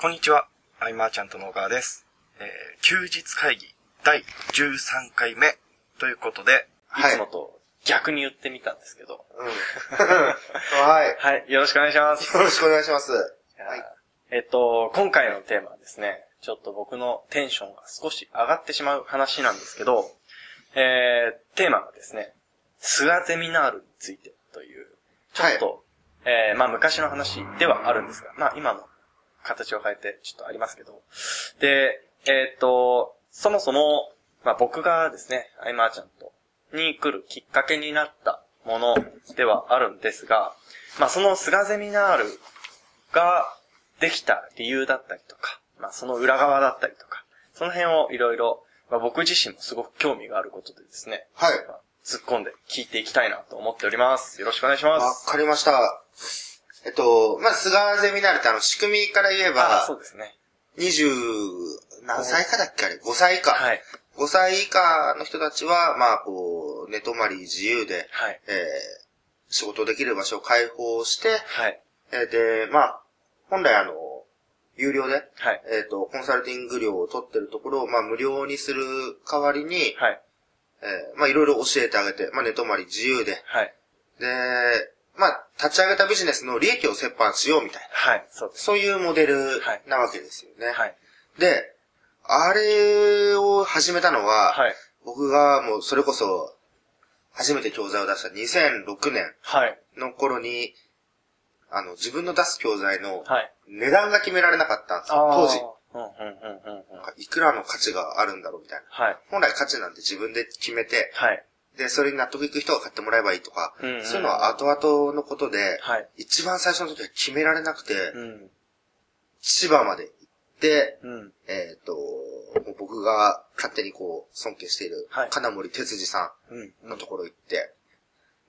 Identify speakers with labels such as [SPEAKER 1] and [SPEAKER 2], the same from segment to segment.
[SPEAKER 1] こんにちは。アイマーちゃんとの小川です。えー休日会議第13回目ということで、
[SPEAKER 2] はい
[SPEAKER 1] いつもと逆に言ってみたんですけど。
[SPEAKER 2] うん。 はい。
[SPEAKER 1] はい、よろしくお願いします。
[SPEAKER 2] よろしくお願いします。
[SPEAKER 1] いやー
[SPEAKER 2] はい
[SPEAKER 1] えっと、今回のテーマはですね、ちょっと僕のテンションが少し上がってしまう話なんですけど、えー、テーマがですね、菅ゼミナールについてという、ちょっと、えー、まあ昔の話ではあるんですが、まあ今の形を変えてちょっとありますけど、で、えーっと、そもそも、まあ僕がですね、アイマーちゃんと、に来るきっかけになったものではあるんですが、まあその菅ゼミナールができた理由だったりとか、まあその裏側だったりとか、その辺をいろいろ、まあ僕自身もすごく興味があることでですね、
[SPEAKER 2] はい。
[SPEAKER 1] まあ突っ込んで聞いていきたいなと思っております。よろしくお願いしま
[SPEAKER 2] わ
[SPEAKER 1] す。
[SPEAKER 2] かりました。えっと、まあ、菅ゼミナールってあの、仕組みから言え
[SPEAKER 1] あ、そ
[SPEAKER 2] ば
[SPEAKER 1] う、ですね。
[SPEAKER 2] 二十、何歳以下だっけあれ ?5 歳以下。
[SPEAKER 1] はい。
[SPEAKER 2] 5歳以下の人たちは、まあ、こう、寝泊まり自由で、
[SPEAKER 1] はい。
[SPEAKER 2] えー、仕事できる場所を開放して、
[SPEAKER 1] はい。
[SPEAKER 2] えーで、まあ、本来あの、有料で、
[SPEAKER 1] はい。
[SPEAKER 2] えっ、と、コンサルティング料を取ってるところを、まあ、無料にする代わりに、
[SPEAKER 1] はい。
[SPEAKER 2] えーまあ、いろいろ教えてあげて、まあ、寝泊まり自由で、
[SPEAKER 1] はい。
[SPEAKER 2] で、まあ、立ち上げたビジネスの利益を折半しようみたいな、
[SPEAKER 1] はい。そうです。
[SPEAKER 2] そういうモデル
[SPEAKER 1] はい
[SPEAKER 2] なわけですよね。
[SPEAKER 1] はい。
[SPEAKER 2] で、あれを始めたのは、
[SPEAKER 1] はい。
[SPEAKER 2] 僕がもうそれこそ、初めて教材を出した2006年
[SPEAKER 1] はい。
[SPEAKER 2] の頃に、あの、自分の出す教材の
[SPEAKER 1] はい。
[SPEAKER 2] 値段が決められなかったんですよ、当時。
[SPEAKER 1] うんうんうんうんうん。
[SPEAKER 2] なんかいくらの価値があるんだろうみたいな。
[SPEAKER 1] はい。
[SPEAKER 2] 本来価値なんて自分で決めて、
[SPEAKER 1] はい。
[SPEAKER 2] で、それに納得いく人が買ってもらえばいいとか、
[SPEAKER 1] うんうん
[SPEAKER 2] そういうのは後々のことで、
[SPEAKER 1] はい。
[SPEAKER 2] 一番最初の時は決められなくて、
[SPEAKER 1] うん。
[SPEAKER 2] 千葉まで行って、
[SPEAKER 1] うん。
[SPEAKER 2] えっ、と、もう僕が勝手にこう、尊敬している
[SPEAKER 1] はい、
[SPEAKER 2] 金森哲司さ
[SPEAKER 1] うん。
[SPEAKER 2] んのところ行って、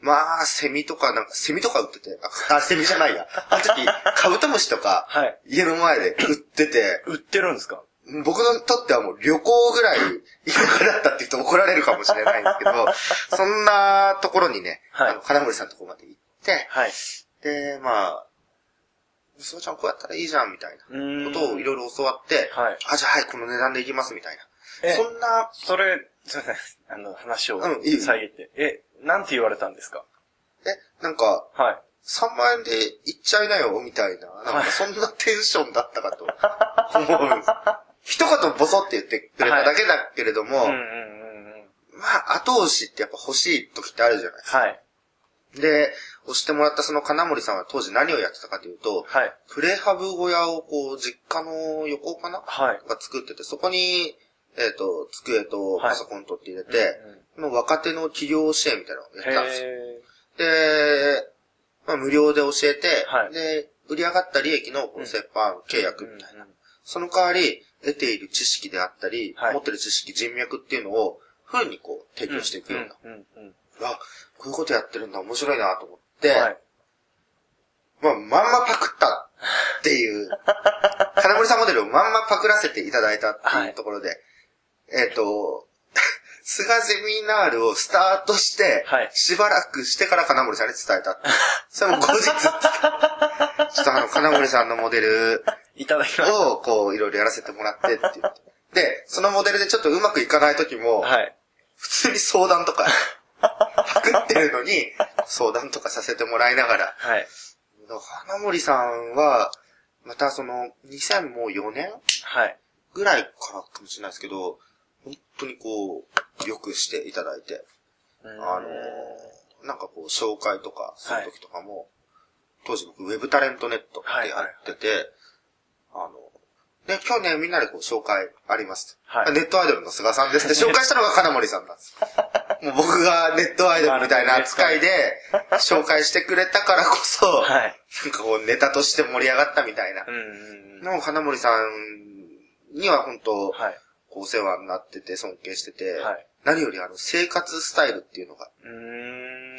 [SPEAKER 2] まあ、セミとか、なんか、セミとか売ってて、あ、あセミじゃないや。あの時、カブトムシとか、
[SPEAKER 1] はい。
[SPEAKER 2] 家の前で売ってて、
[SPEAKER 1] 売ってるんですか
[SPEAKER 2] 僕にとってはもう旅行ぐらい田舎だったって言うと怒られるかもしれないんですけど、そんなところにね、
[SPEAKER 1] はい
[SPEAKER 2] あの金森さんのところまで行って、
[SPEAKER 1] はい。
[SPEAKER 2] で、まあ、そうちゃんこうやったらいいじゃんみたいな
[SPEAKER 1] うーん。
[SPEAKER 2] ことをいろいろ教わって、
[SPEAKER 1] はい
[SPEAKER 2] あ、じゃあはい、この値段でいきますみたい
[SPEAKER 1] え
[SPEAKER 2] な。そんな、
[SPEAKER 1] それ、すいません。 あの、話を
[SPEAKER 2] うんいいよ
[SPEAKER 1] 遮って。え、なんて言われたんですか
[SPEAKER 2] え、なんか、
[SPEAKER 1] はい。
[SPEAKER 2] 3万円で行っちゃいなよみたいな、なんかそんなテンションだったかと思うんです。 一言ボソって言ってくれただけだけれども、
[SPEAKER 1] うんうんうんうん。
[SPEAKER 2] まあ、後押しってやっぱ欲しい時ってあるじゃない
[SPEAKER 1] はい。
[SPEAKER 2] で、押してもらったその金森さんは当時何をやってたかというと、
[SPEAKER 1] はい。
[SPEAKER 2] プレハブ小屋をこう、実家の横かな
[SPEAKER 1] はい。
[SPEAKER 2] が作ってて、そこに、えっ、と、机と
[SPEAKER 1] はい
[SPEAKER 2] パソコン取って入れて、もう若手の企業支援みたいなのをやっ
[SPEAKER 1] へ
[SPEAKER 2] てたんですよ。
[SPEAKER 1] え。
[SPEAKER 2] で、まあ、無料で教えて、
[SPEAKER 1] はい
[SPEAKER 2] で、売り上がった利益のこの折半契約みたいな。
[SPEAKER 1] な。
[SPEAKER 2] その代わり、得ている知識であったり、
[SPEAKER 1] はい
[SPEAKER 2] 持ってる知識、人脈っていうのを、フルにこう、提供していくような。
[SPEAKER 1] うんうんうん。
[SPEAKER 2] あ、こういうことやってるんだ、面白いなと思って、
[SPEAKER 1] はい。
[SPEAKER 2] まあ、まんまパクったって いう、金森さんモデルをまんまパクらせていただいたっていうところで、えっ、と、 菅ゼミナールをスタートして、
[SPEAKER 1] はい
[SPEAKER 2] しばらくしてから金森さんに伝 えた。それも後日、ちょっとあの、金森さんのモデル
[SPEAKER 1] いただきまし
[SPEAKER 2] を、こう、いろいろやらせてもらってっていう。で、そのモデルでちょっとうまくいかない時も、
[SPEAKER 1] た。はい。
[SPEAKER 2] 普通に相談とか、パクってるのに、相談とかさせてもらいながら、
[SPEAKER 1] はい。
[SPEAKER 2] 花森さんは、またその、2004年
[SPEAKER 1] はい。
[SPEAKER 2] ぐらいからかもしれないですけど、本当にこう、よくしていただいて、
[SPEAKER 1] あ
[SPEAKER 2] あのーなんかこう、紹介とか、する時とかも、当時僕、ウェブタレントネットってやってて、あの、ね、今日ね、みんなでこう、紹介あります。
[SPEAKER 1] はい
[SPEAKER 2] ネットアイドルの菅さんですって紹介したのが金森さんな んです。もう僕がネットアイドルみたいな扱いで、紹介してくれたからこそ、
[SPEAKER 1] はい。
[SPEAKER 2] なんかこうネタとして盛り上がったみたいな
[SPEAKER 1] う。んうんうん。
[SPEAKER 2] のを花森さんには本当、
[SPEAKER 1] はい。
[SPEAKER 2] こうお世話になってて尊敬してて、
[SPEAKER 1] はい
[SPEAKER 2] 何よりあの生活スタイルっていうのが、
[SPEAKER 1] うーん。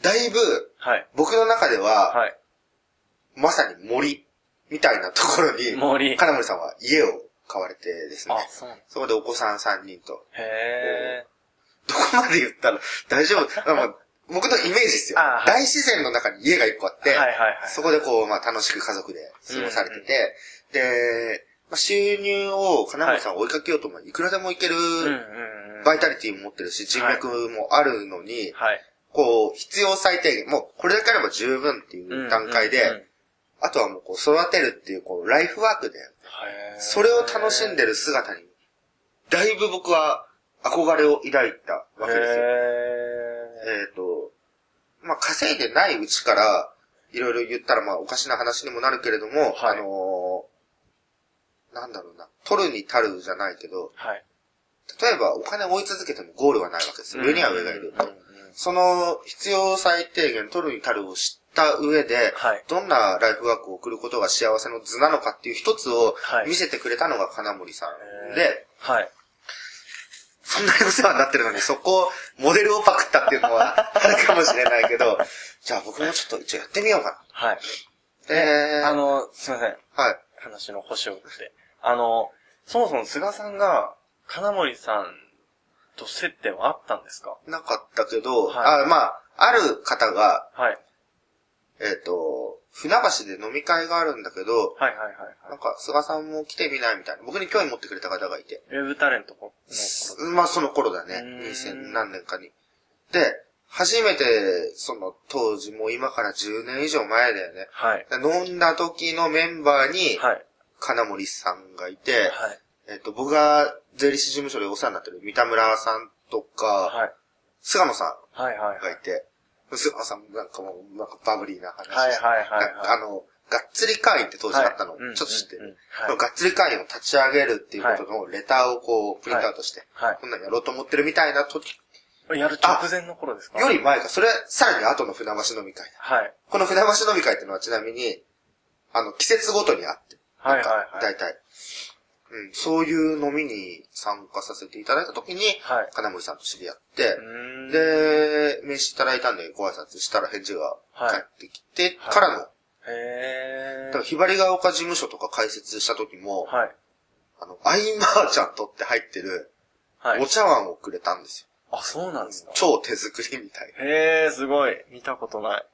[SPEAKER 2] だいぶ
[SPEAKER 1] はい。
[SPEAKER 2] 僕の中では、
[SPEAKER 1] はい。
[SPEAKER 2] まさに森みたいなところに、
[SPEAKER 1] 森。
[SPEAKER 2] 金森さんは家を買われてですね
[SPEAKER 1] あ、、そうなん
[SPEAKER 2] そこでお子さん3人と、
[SPEAKER 1] へえ。
[SPEAKER 2] どこまで言ったら大丈夫、あまあ僕のイメージですよ、
[SPEAKER 1] あはい
[SPEAKER 2] 大自然の中に家が1個あって、
[SPEAKER 1] はいはいはい。
[SPEAKER 2] そこでこう、まあ楽しく家族で過ごされてて、で、まあ、収入を金森さん追いかけようと思えば、いくらでもいける
[SPEAKER 1] うんうんうん。
[SPEAKER 2] バイタリティも持ってるし、人脈もあるのに、
[SPEAKER 1] はい。
[SPEAKER 2] こう、必要最低限、もうこれだけあれば十分っていう段階で、
[SPEAKER 1] うんうんうん
[SPEAKER 2] あとはもうこう育てるっていう、こう、ライフワークで、
[SPEAKER 1] へー
[SPEAKER 2] それを楽しんでる姿に、だいぶ僕は憧れを抱いたわけですよ。
[SPEAKER 1] へ
[SPEAKER 2] えっ、と、まあ、稼いでないうちから、いろいろ言ったら、まあ、おかしな話にもなるけれども、
[SPEAKER 1] はい
[SPEAKER 2] あのーなんだろうな、取るに足るじゃないけど、
[SPEAKER 1] ーはい。
[SPEAKER 2] 例えばお金を追い続けてもゴールはないわけですよ。上には上がいる。
[SPEAKER 1] うんうんうん
[SPEAKER 2] その必要最低限取るに足るを知った上で、
[SPEAKER 1] はい
[SPEAKER 2] どんなライフワークを送ることが幸せの図なのかっていう一つを
[SPEAKER 1] はい
[SPEAKER 2] 見せてくれたのが金森さんで、
[SPEAKER 1] へはい。
[SPEAKER 2] そんなにお世話になってるのに、そこをモデルをパクったっていうのは あるかもしれないけど、じゃあ僕もちょっと一応やってみようか
[SPEAKER 1] はい。
[SPEAKER 2] な。えー、
[SPEAKER 1] あの、すいません。
[SPEAKER 2] はい。
[SPEAKER 1] 話の星を打って。あの、そもそも菅さんが、金森さんと接点はあったんですか
[SPEAKER 2] なかったけど、
[SPEAKER 1] はい
[SPEAKER 2] あまあ、ある方が、
[SPEAKER 1] はい。
[SPEAKER 2] えっ、と、船橋で飲み会があるんだけど、
[SPEAKER 1] はいはいはい
[SPEAKER 2] な
[SPEAKER 1] は
[SPEAKER 2] んか、菅さんも来てみないみたいな。僕に興味持ってくれた方がいて。
[SPEAKER 1] い。ウェブタレントの頃です
[SPEAKER 2] まあ、その頃だね。
[SPEAKER 1] うーん
[SPEAKER 2] 2000何年かに。で、初めて、その当時、もう今から10年以上前だよね。
[SPEAKER 1] はい。
[SPEAKER 2] 飲んだ時のメンバーに、
[SPEAKER 1] はい。
[SPEAKER 2] 金森さんがいて、
[SPEAKER 1] はい。
[SPEAKER 2] えっと、僕が税理士事務所でお世話になってる三田村さんとか、
[SPEAKER 1] はい。
[SPEAKER 2] 菅野さ
[SPEAKER 1] はいはい
[SPEAKER 2] んが
[SPEAKER 1] はい。
[SPEAKER 2] いて、菅野さんもなんかもう、なんかバブリーな話して。
[SPEAKER 1] はいはいはいはい
[SPEAKER 2] あの、がっつり会員って当時あったの、
[SPEAKER 1] はいうん
[SPEAKER 2] ちょっと知ってる。
[SPEAKER 1] うんうんはい
[SPEAKER 2] がっつり会員を立ち上げるっていうことのレターをこう、プリントアウトして、
[SPEAKER 1] はい
[SPEAKER 2] こんなんやろうと思ってるみたいな時
[SPEAKER 1] やる直前の頃ですか
[SPEAKER 2] より前か、それさらに後の船橋飲み会だ。
[SPEAKER 1] はい。
[SPEAKER 2] この船橋飲み会ってのはちなみに、あの、季節ごとにあって、
[SPEAKER 1] はい
[SPEAKER 2] な
[SPEAKER 1] は
[SPEAKER 2] ん
[SPEAKER 1] い
[SPEAKER 2] か
[SPEAKER 1] はい。
[SPEAKER 2] 大体。うん、そういう飲みに参加させていただいた時に、
[SPEAKER 1] はい
[SPEAKER 2] 金森さんと知り合って
[SPEAKER 1] う、ーん、
[SPEAKER 2] で、名刺いただいたんでご挨拶したら返事が返ってきて、
[SPEAKER 1] はい
[SPEAKER 2] からの、
[SPEAKER 1] へ
[SPEAKER 2] だ
[SPEAKER 1] ー
[SPEAKER 2] からひばりが丘事務所とか開設した時も、
[SPEAKER 1] はい。
[SPEAKER 2] あの、アイマーちゃんとって入ってる、
[SPEAKER 1] は
[SPEAKER 2] お
[SPEAKER 1] い。
[SPEAKER 2] 茶碗をくれたんです
[SPEAKER 1] あ、そうなんですか
[SPEAKER 2] よ。超手作りみたいな。
[SPEAKER 1] へーすごい。見たことない。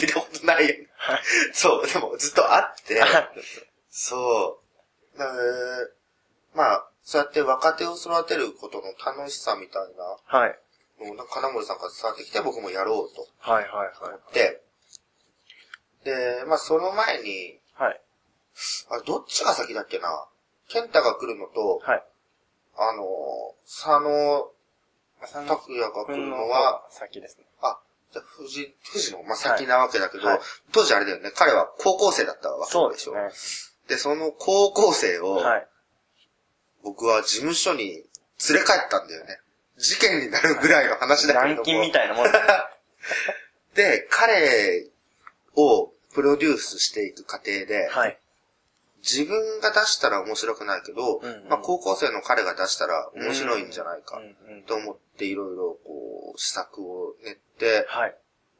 [SPEAKER 2] 見たことないよね。そう、でもずっとあって、そう。だからまあ、そうやって若手を育てることの楽しさみたい
[SPEAKER 1] はい。
[SPEAKER 2] なのを、なんか金森さんから伝わってきて僕もやろうと
[SPEAKER 1] はいはい
[SPEAKER 2] 思
[SPEAKER 1] は
[SPEAKER 2] って、で、まあその前に、
[SPEAKER 1] い。はい。
[SPEAKER 2] あ、どっちが先だっけな健太が来るのと、
[SPEAKER 1] はい。
[SPEAKER 2] あの、佐野
[SPEAKER 1] 浅野
[SPEAKER 2] 拓也が来る
[SPEAKER 1] 君の
[SPEAKER 2] の
[SPEAKER 1] 方
[SPEAKER 2] は、
[SPEAKER 1] が先ですね。
[SPEAKER 2] あ、じゃあ藤、藤の、まあ、先なわけだけど、
[SPEAKER 1] はい
[SPEAKER 2] 当時あれだよね、彼は高校生だったわ
[SPEAKER 1] そう
[SPEAKER 2] けで
[SPEAKER 1] で
[SPEAKER 2] し
[SPEAKER 1] す
[SPEAKER 2] ょ。
[SPEAKER 1] ね。
[SPEAKER 2] で、その高校生を、
[SPEAKER 1] はい。
[SPEAKER 2] 僕は事務所に連れ帰ったんだよね。事件になるぐらいの話だけれ
[SPEAKER 1] 軟
[SPEAKER 2] ども。
[SPEAKER 1] 禁みたいなもんですね。
[SPEAKER 2] で、彼をプロデュースしていく過程で、
[SPEAKER 1] はい。
[SPEAKER 2] 自分が出したら面白くないけど、
[SPEAKER 1] うんうん
[SPEAKER 2] まあ、高校生の彼が出したら面白いんじゃないか
[SPEAKER 1] うんうんうん
[SPEAKER 2] と思っていろいろこう、施策を練って、
[SPEAKER 1] はい。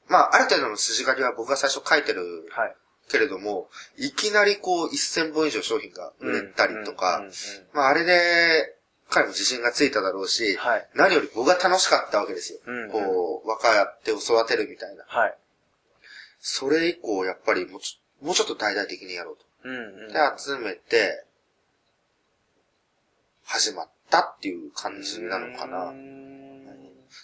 [SPEAKER 2] まあ、ある程度の筋書きは僕が最初書いてる
[SPEAKER 1] はい。
[SPEAKER 2] けれども、いきなりこう1000本以上商品が売れたりと
[SPEAKER 1] うん
[SPEAKER 2] か
[SPEAKER 1] うんうん、
[SPEAKER 2] まああれで彼も自信がついただろうし、
[SPEAKER 1] はい
[SPEAKER 2] 何より僕が楽しかったわけですよ。
[SPEAKER 1] うんうん
[SPEAKER 2] こう、若手を育てるみたいな。
[SPEAKER 1] はい。
[SPEAKER 2] それ以降やっぱりもうちょもうちょっと大々的にやろうと。
[SPEAKER 1] うんうん。
[SPEAKER 2] で、集めて、始まったっていう感じなのか
[SPEAKER 1] うー
[SPEAKER 2] な。
[SPEAKER 1] ん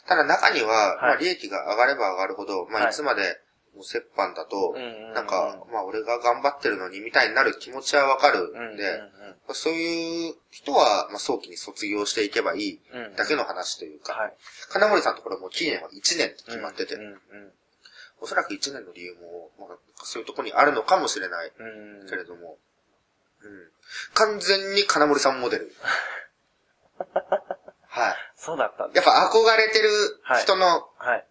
[SPEAKER 2] ただ中に
[SPEAKER 1] はい
[SPEAKER 2] は、まあ利益が上がれば上がるほど、ま
[SPEAKER 1] は
[SPEAKER 2] あ
[SPEAKER 1] い
[SPEAKER 2] いつまでもう折半だと
[SPEAKER 1] うんうんうん、
[SPEAKER 2] なんか、まあ俺が頑張ってるのにみたいになる気持ちはわかる
[SPEAKER 1] うんうんうん
[SPEAKER 2] んで、そういう人は、まあ、早期に卒業していけばいい
[SPEAKER 1] うん
[SPEAKER 2] だけの話というか、
[SPEAKER 1] はい。
[SPEAKER 2] 金森さんのところも期限は1年って決まってて、
[SPEAKER 1] うんうん
[SPEAKER 2] おそらく1年の理由も、まあ、そういうところにあるのかもしれない
[SPEAKER 1] うんうん
[SPEAKER 2] けれども、うん。完全に金森さんモデル。はい。
[SPEAKER 1] そうだったんで
[SPEAKER 2] やっ
[SPEAKER 1] す。
[SPEAKER 2] ぱ憧れてる人の
[SPEAKER 1] はい。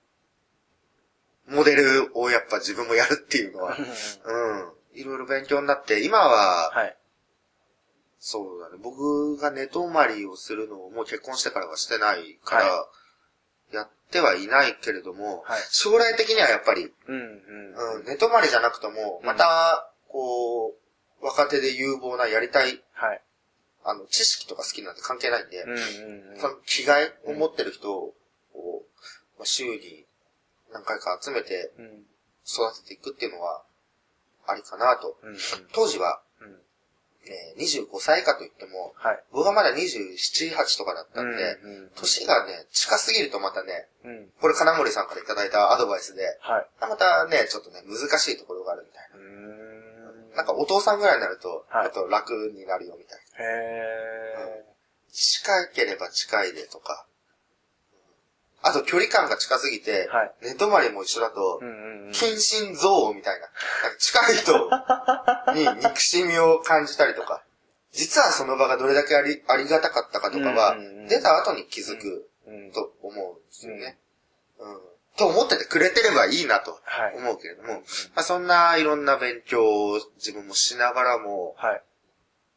[SPEAKER 2] モデルをやっぱ自分もやるっていうのは、
[SPEAKER 1] うんうん
[SPEAKER 2] うん。いろいろ勉強になって、今は、
[SPEAKER 1] はい。
[SPEAKER 2] そうだね。僕が寝泊まりをするのをもう結婚してからはしてないから、
[SPEAKER 1] は
[SPEAKER 2] やってはいないけれども、
[SPEAKER 1] はい
[SPEAKER 2] 将来的にはやっぱり、
[SPEAKER 1] うんうん。
[SPEAKER 2] うん、寝泊まりじゃなくとも、
[SPEAKER 1] うん
[SPEAKER 2] また、こう、若手で有望なやりたい、
[SPEAKER 1] はい。
[SPEAKER 2] あの、知識とか好きなんて関係ないんで
[SPEAKER 1] う、んうんうん。
[SPEAKER 2] その着替えを持ってる人を、こうまあ週に何回か集めて
[SPEAKER 1] うん
[SPEAKER 2] 育てていくっていうのは、ありかなと。
[SPEAKER 1] うんうん
[SPEAKER 2] 当時は、
[SPEAKER 1] うん
[SPEAKER 2] ね、25歳以下といっても、
[SPEAKER 1] はい。
[SPEAKER 2] 僕はまだ27、8とかだったんで、
[SPEAKER 1] うんうん
[SPEAKER 2] 年がね、近すぎるとまたね、
[SPEAKER 1] うん。
[SPEAKER 2] これ金森さんからいただいたアドバイスで、
[SPEAKER 1] はい。
[SPEAKER 2] またね、ちょっとね、難しいところがあるみたいな。
[SPEAKER 1] うーん。
[SPEAKER 2] なんかお父さんぐらいになると、
[SPEAKER 1] はい
[SPEAKER 2] あと楽になるよみたい
[SPEAKER 1] へ
[SPEAKER 2] な。
[SPEAKER 1] え。
[SPEAKER 2] 近ければ近いでとか。あと距離感が近すぎて、
[SPEAKER 1] はい
[SPEAKER 2] 寝泊まりも一緒だと
[SPEAKER 1] う、んうんうん。
[SPEAKER 2] 近親憎悪みたいな。なんか近い人に憎しみを感じたりとか。実はその場がどれだけありありがたかったかとかは
[SPEAKER 1] うんうんうん、
[SPEAKER 2] 出た後に気づく
[SPEAKER 1] うん
[SPEAKER 2] と思うんですよね。うん。と思っててくれてればいいなと
[SPEAKER 1] はい。
[SPEAKER 2] 思うけれども、まあ、そんないろんな勉強を自分もしながらも、
[SPEAKER 1] はい。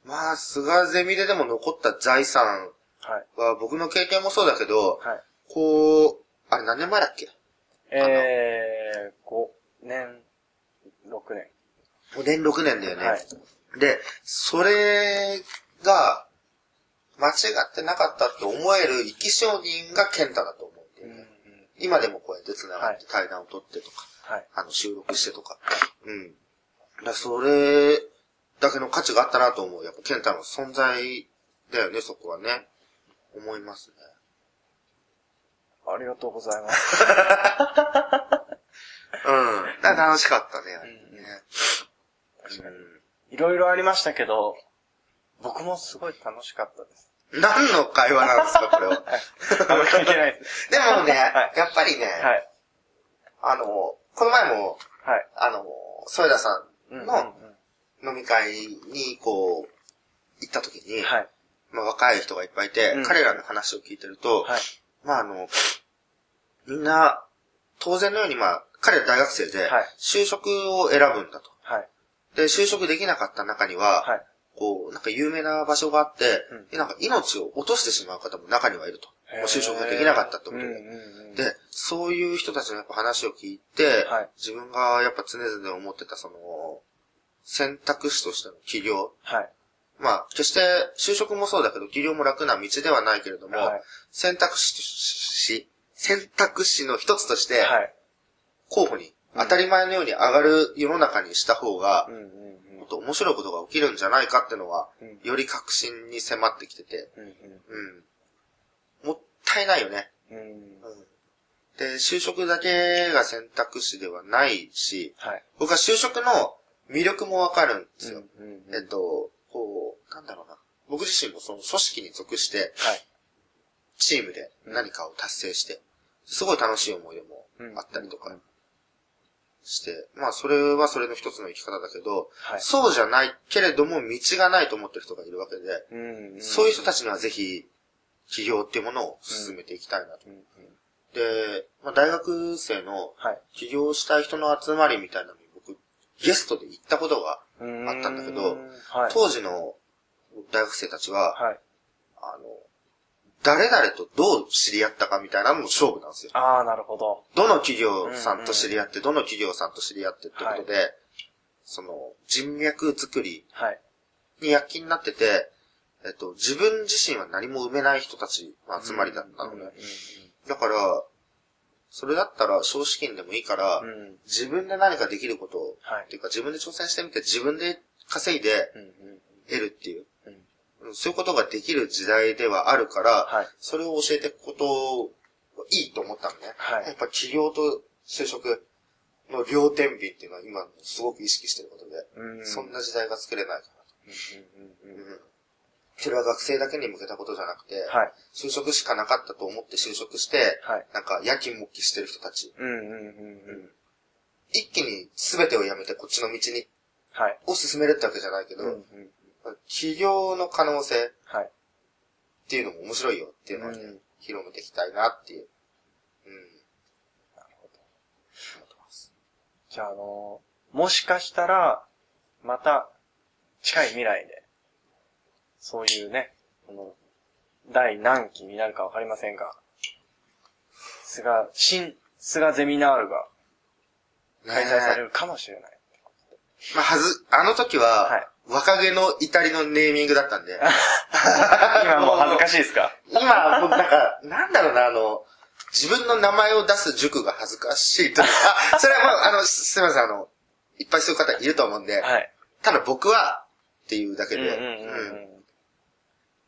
[SPEAKER 2] まあ、菅ゼミででも残った財産
[SPEAKER 1] はい。
[SPEAKER 2] は僕の経験もそうだけど、
[SPEAKER 1] はい。
[SPEAKER 2] こう、あれ何年前だっけ
[SPEAKER 1] えー、5年、6年。
[SPEAKER 2] ?5 年6年だよね。
[SPEAKER 1] はい。
[SPEAKER 2] で、それが、間違ってなかったって思える生き証人が健太だと思うんだ
[SPEAKER 1] うんう
[SPEAKER 2] よ
[SPEAKER 1] ん
[SPEAKER 2] ね。今でもこうやって繋がって対談を取ってとか、
[SPEAKER 1] はい。
[SPEAKER 2] あの、収録してとか。うん。だからそれだけの価値があったなと思う。やっぱ健太の存在だよね、そこはね。思いますね。
[SPEAKER 1] ありがとうございます。
[SPEAKER 2] うん。だから楽しかったね、あれね。
[SPEAKER 1] 確かに
[SPEAKER 2] うん
[SPEAKER 1] いろいろありましたけど、僕もすごい楽しかった です。
[SPEAKER 2] 何の会話なんですか、こ れは。
[SPEAKER 1] あんまり関係ないです。
[SPEAKER 2] でもね、
[SPEAKER 1] は
[SPEAKER 2] やっぱりね、
[SPEAKER 1] はい。
[SPEAKER 2] あの、この前も、
[SPEAKER 1] はい。
[SPEAKER 2] あの、添田さ
[SPEAKER 1] うん
[SPEAKER 2] ん
[SPEAKER 1] うん
[SPEAKER 2] の飲み会に、こう、行った時
[SPEAKER 1] う
[SPEAKER 2] に、
[SPEAKER 1] ん。はい。
[SPEAKER 2] まあ、若い人がいっぱいいて、
[SPEAKER 1] うん
[SPEAKER 2] 彼らの話を聞いてると、
[SPEAKER 1] はい。
[SPEAKER 2] まあ、あの、みんな、当然のように、まあ、彼は大学生で
[SPEAKER 1] はい、
[SPEAKER 2] 就職を選ぶんだと。
[SPEAKER 1] はい。
[SPEAKER 2] で、就職できなかった中には、
[SPEAKER 1] はい。
[SPEAKER 2] こう、なんか有名な場所があって、
[SPEAKER 1] うん
[SPEAKER 2] でなんか命を落としてしまう方も中にはいると。
[SPEAKER 1] へー
[SPEAKER 2] もう就職ができなかったってことで。
[SPEAKER 1] うんうんうん
[SPEAKER 2] で、そういう人たちのやっぱ話を聞いて、
[SPEAKER 1] はい
[SPEAKER 2] 自分がやっぱ常々思ってたその、選択肢としての起業。
[SPEAKER 1] はい。
[SPEAKER 2] まあ、決して就職もそうだけど、起業も楽な道ではないけれども、
[SPEAKER 1] はい
[SPEAKER 2] 選択肢とし、選択肢の一つとして、
[SPEAKER 1] はい。
[SPEAKER 2] 候補に、
[SPEAKER 1] うん
[SPEAKER 2] 当たり前のように上がる世の中にした方が
[SPEAKER 1] う、んうん
[SPEAKER 2] もっと面白いことが起きるんじゃないかってのは、
[SPEAKER 1] うん
[SPEAKER 2] より確信に迫ってきてて、
[SPEAKER 1] うん
[SPEAKER 2] うん。もったいないよね。
[SPEAKER 1] うんうん。
[SPEAKER 2] で、就職だけが選択肢ではないし、
[SPEAKER 1] はい。
[SPEAKER 2] 僕は就職の魅力もわかるんですよ。
[SPEAKER 1] うんうんうん
[SPEAKER 2] えっと、こう、なんだろうな。僕自身もその組織に属して、
[SPEAKER 1] はい。
[SPEAKER 2] チームで何かを達成して、すごい楽しい思い出もあったりと
[SPEAKER 1] う
[SPEAKER 2] か
[SPEAKER 1] ん
[SPEAKER 2] して、まあそれはそれの一つの生き方だけど、
[SPEAKER 1] はい。
[SPEAKER 2] そうじゃないけれども道がないと思ってる人がいるわけで、
[SPEAKER 1] うんうん
[SPEAKER 2] そういう人たちにはぜひ、起業っていうものを進めていきたいなと。
[SPEAKER 1] うんうん
[SPEAKER 2] で、まあ、大学生の
[SPEAKER 1] はい。
[SPEAKER 2] 起業したい人の集まりみたいなのに僕、ゲストで行ったことが、あったんだけど
[SPEAKER 1] うーんはい。
[SPEAKER 2] 当時の大学生たちは、
[SPEAKER 1] はい。
[SPEAKER 2] あの、誰々とどう知り合ったかみたいなのも勝負なんですよ。
[SPEAKER 1] ああ、なるほど。
[SPEAKER 2] どの企業さんと知り合って、どの企業さんと知り合ってってことで、その、人脈作り
[SPEAKER 1] はい。
[SPEAKER 2] に躍起になってて、えっと、自分自身は何も埋めない人たちの集まりだったので、
[SPEAKER 1] うんうん
[SPEAKER 2] だから、それだったら、少資金でもいいから、
[SPEAKER 1] うんうん。
[SPEAKER 2] 自分で何かできることを、
[SPEAKER 1] はい
[SPEAKER 2] っ。ていうか自分で挑戦してみて、自分で稼いで
[SPEAKER 1] うんうん
[SPEAKER 2] 得るっていう、
[SPEAKER 1] うん
[SPEAKER 2] うんそういうことができる時代ではあるから、
[SPEAKER 1] はい。
[SPEAKER 2] それを教えていくことをいいと思ったのね。
[SPEAKER 1] はい
[SPEAKER 2] やっぱ起業と就職の両天秤っていうのは今すごく意識してることで、
[SPEAKER 1] うん
[SPEAKER 2] そんな時代が作れないか
[SPEAKER 1] うんうん
[SPEAKER 2] な
[SPEAKER 1] う
[SPEAKER 2] と、
[SPEAKER 1] んうん
[SPEAKER 2] それは学生だけに向けたことじゃなくて、
[SPEAKER 1] はい。
[SPEAKER 2] 就職しかなかったと思って就職して、
[SPEAKER 1] はい。
[SPEAKER 2] なんか夜勤もきしてる人たち、
[SPEAKER 1] うんうんうんうん。
[SPEAKER 2] 一気に全てをやめてこっちの道に、
[SPEAKER 1] はい。
[SPEAKER 2] を進めるってわけじゃないけど、
[SPEAKER 1] うんうん
[SPEAKER 2] 起業の可能性っ
[SPEAKER 1] はい。
[SPEAKER 2] ていうのも面白いよっていうのをね、
[SPEAKER 1] うん
[SPEAKER 2] 広めていきたいなっていう。うん。思ってます
[SPEAKER 1] じゃあ、あのー、もしかしたら、また、近い未来で、そういうね、この、第何期になるかわかりませんが、菅、新、菅ゼミナールが開催され
[SPEAKER 2] ね
[SPEAKER 1] るかもしれない。
[SPEAKER 2] えまあ、はず、あの時
[SPEAKER 1] は
[SPEAKER 2] は、若気の至りのネーミングだったんで、
[SPEAKER 1] 今もう恥ずかしいですか
[SPEAKER 2] 今、僕なんか、なんだろうな、あの、自分の名前を出す塾が恥ずかし いというか、あそれはもう、あの、すすみません、あの、いっぱいそういう方いると思うんで、
[SPEAKER 1] はい。
[SPEAKER 2] ただ僕は、っていうだけ
[SPEAKER 1] うんうん
[SPEAKER 2] で。
[SPEAKER 1] うん
[SPEAKER 2] うん
[SPEAKER 1] うん。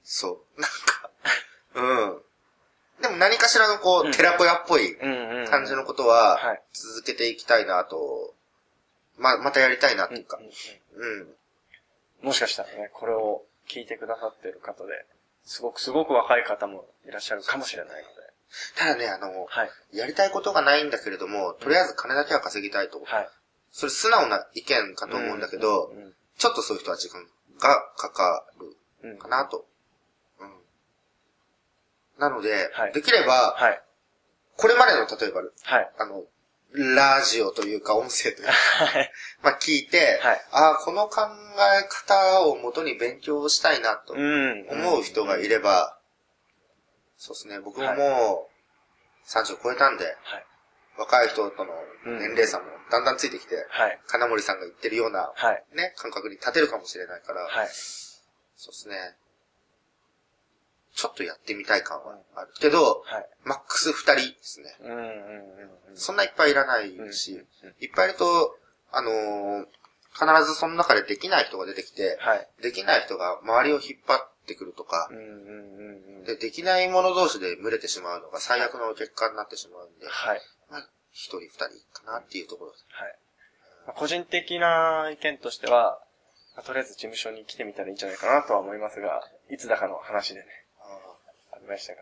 [SPEAKER 2] そう。なんか、うん。でも何かしらのこ
[SPEAKER 1] うん
[SPEAKER 2] う、テラポヤっぽい
[SPEAKER 1] うんうんうん。
[SPEAKER 2] 感じの
[SPEAKER 1] こ
[SPEAKER 2] ことは
[SPEAKER 1] はい、
[SPEAKER 2] 続けていきたいなと、ま、またやりたいなっていうか。うん。
[SPEAKER 1] もしかしたらね、これを聞いてくださってる方で、すごくすごく若い方もいらっしゃるかもしれないので。
[SPEAKER 2] ただね、あの、
[SPEAKER 1] はい。
[SPEAKER 2] やりたいことがないんだけれども、とりあえず金だけは稼ぎたいと。
[SPEAKER 1] はい。
[SPEAKER 2] それ素直な意見かと思うんだけど、
[SPEAKER 1] うんうん
[SPEAKER 2] ちょっとそういう人は時間がかかる
[SPEAKER 1] うんうん
[SPEAKER 2] かなと。うん。なので、
[SPEAKER 1] はい
[SPEAKER 2] できれば、
[SPEAKER 1] はい。
[SPEAKER 2] これまでの例えば、
[SPEAKER 1] はい。
[SPEAKER 2] あの、ラジオというか音声というか、
[SPEAKER 1] はい。
[SPEAKER 2] まあ聞いて、
[SPEAKER 1] はい
[SPEAKER 2] ああ、この考え方をもとに勉強したいなと
[SPEAKER 1] うん
[SPEAKER 2] 思う人がいれば、そうですね、僕も
[SPEAKER 1] はい
[SPEAKER 2] もう30超えたんで、
[SPEAKER 1] はい。
[SPEAKER 2] 若い人との年齢差もだんだんついてきて、
[SPEAKER 1] はい。
[SPEAKER 2] 金森さんが言ってるような、
[SPEAKER 1] はい。
[SPEAKER 2] ね、感覚に立てるかもしれないから、
[SPEAKER 1] はい。
[SPEAKER 2] そうですね。ちょっとやってみたい感はあるけど、
[SPEAKER 1] はい。
[SPEAKER 2] マックス二人ですね。
[SPEAKER 1] うんうんうんうん。
[SPEAKER 2] そんないっぱいいらないし、いっぱいいると、あのー必ずその中でできない人が出てきて、
[SPEAKER 1] はい。
[SPEAKER 2] できない人が周りを引っ張ってくるとか
[SPEAKER 1] う、んうんうんうん。
[SPEAKER 2] で、できない者同士で群れてしまうのが最悪の結果になってしまうんで、
[SPEAKER 1] はい。
[SPEAKER 2] まあ、一人二人かなっていうところです。
[SPEAKER 1] はい。まあ個人的な意見としては、まあとりあえず事務所に来てみたらいいんじゃないかなとは思いますが、いつだかの話でね、ありましたが。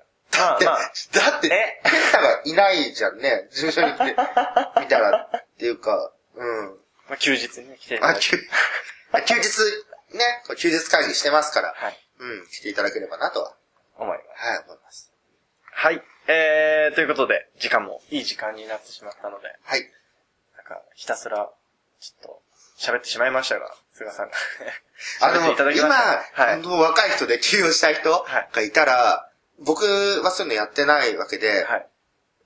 [SPEAKER 1] まあ
[SPEAKER 2] で
[SPEAKER 1] ま
[SPEAKER 2] だ
[SPEAKER 1] あ、
[SPEAKER 2] って、
[SPEAKER 1] え
[SPEAKER 2] ペンタがいないじゃんね、事務所に来て、見たらっていうか、うん。
[SPEAKER 1] まあ、休日にね、来ていただ
[SPEAKER 2] あ、
[SPEAKER 1] いて
[SPEAKER 2] 休、あ休日、ね、こう休日会議してますから、
[SPEAKER 1] はい。
[SPEAKER 2] うん、来ていただければなとは、
[SPEAKER 1] 思います。
[SPEAKER 2] はい、思います。
[SPEAKER 1] はい。えー、ということで、時間もいい時間になってしまったので、
[SPEAKER 2] はい。
[SPEAKER 1] なんか、ひたすら、ちょっと、喋ってしまいましたが、菅さん が。
[SPEAKER 2] あ
[SPEAKER 1] 喋っていただ
[SPEAKER 2] の、
[SPEAKER 1] きました
[SPEAKER 2] 今、
[SPEAKER 1] はい
[SPEAKER 2] もう若い人で起業したい人
[SPEAKER 1] はい
[SPEAKER 2] がいたら、僕はそういうのやってないわけで、
[SPEAKER 1] はい。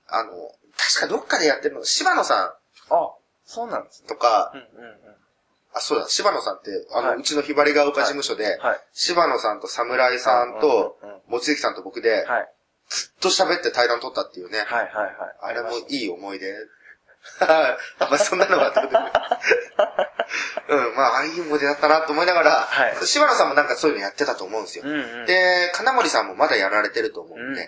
[SPEAKER 2] あの、確かどっかでやってるの、柴野さ
[SPEAKER 1] あ、そうなんです
[SPEAKER 2] ん
[SPEAKER 1] ね。
[SPEAKER 2] とか、
[SPEAKER 1] うんうんうん。
[SPEAKER 2] あ、そうだ、柴野さんって、あの、
[SPEAKER 1] はいう
[SPEAKER 2] ちのひばりが丘事務所で、
[SPEAKER 1] はい。
[SPEAKER 2] 柴野さんと侍さんと
[SPEAKER 1] うんうんうん、
[SPEAKER 2] 望月さんと僕で、
[SPEAKER 1] はい。
[SPEAKER 2] ずっと喋って対談取ったっていうね、
[SPEAKER 1] はいはいはい。
[SPEAKER 2] あれも
[SPEAKER 1] りまし
[SPEAKER 2] いい思い出。 あんまそんなのはどうでもいいうん、まあ、ああいう思い出だったなと思いながら、
[SPEAKER 1] はい
[SPEAKER 2] 柴野さんもなんかそういうのやってたと思うんですよ
[SPEAKER 1] た。うんうん。、
[SPEAKER 2] で、金森さんもまだやられてると思う
[SPEAKER 1] うんうんん
[SPEAKER 2] で、
[SPEAKER 1] う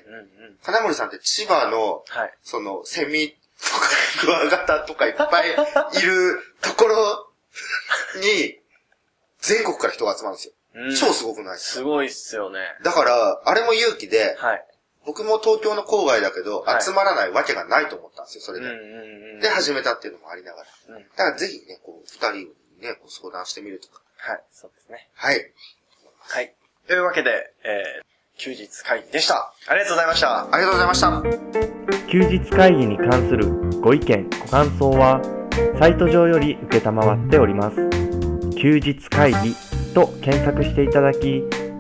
[SPEAKER 1] ん。
[SPEAKER 2] 金森さんって千葉の、
[SPEAKER 1] はい。
[SPEAKER 2] その、セミとかクワガタとかいっぱいいるところに、全国から人が集まるんですよ。
[SPEAKER 1] うん
[SPEAKER 2] 超すごくないです
[SPEAKER 1] すごいっすよね。
[SPEAKER 2] かだから、あれも勇気で、
[SPEAKER 1] はい。
[SPEAKER 2] 僕も東京の郊外だけど
[SPEAKER 1] は、い
[SPEAKER 2] 集まらないわけがないと思ったんですよ、そ
[SPEAKER 1] うん
[SPEAKER 2] れ
[SPEAKER 1] う
[SPEAKER 2] で。
[SPEAKER 1] んうん。
[SPEAKER 2] で、始めたっていうのもありながら。
[SPEAKER 1] うん。はい。
[SPEAKER 2] だからぜひね、こう、二人にね、こう相談してみるとか。
[SPEAKER 1] そうですね。
[SPEAKER 2] はい。
[SPEAKER 1] はい。というわけで、えー、休日会議でした。ありがとうございました。
[SPEAKER 2] ありがとうございました。
[SPEAKER 3] 休日会議に関するご意見ご感想はサイト上より承っております休日会議と検索していただき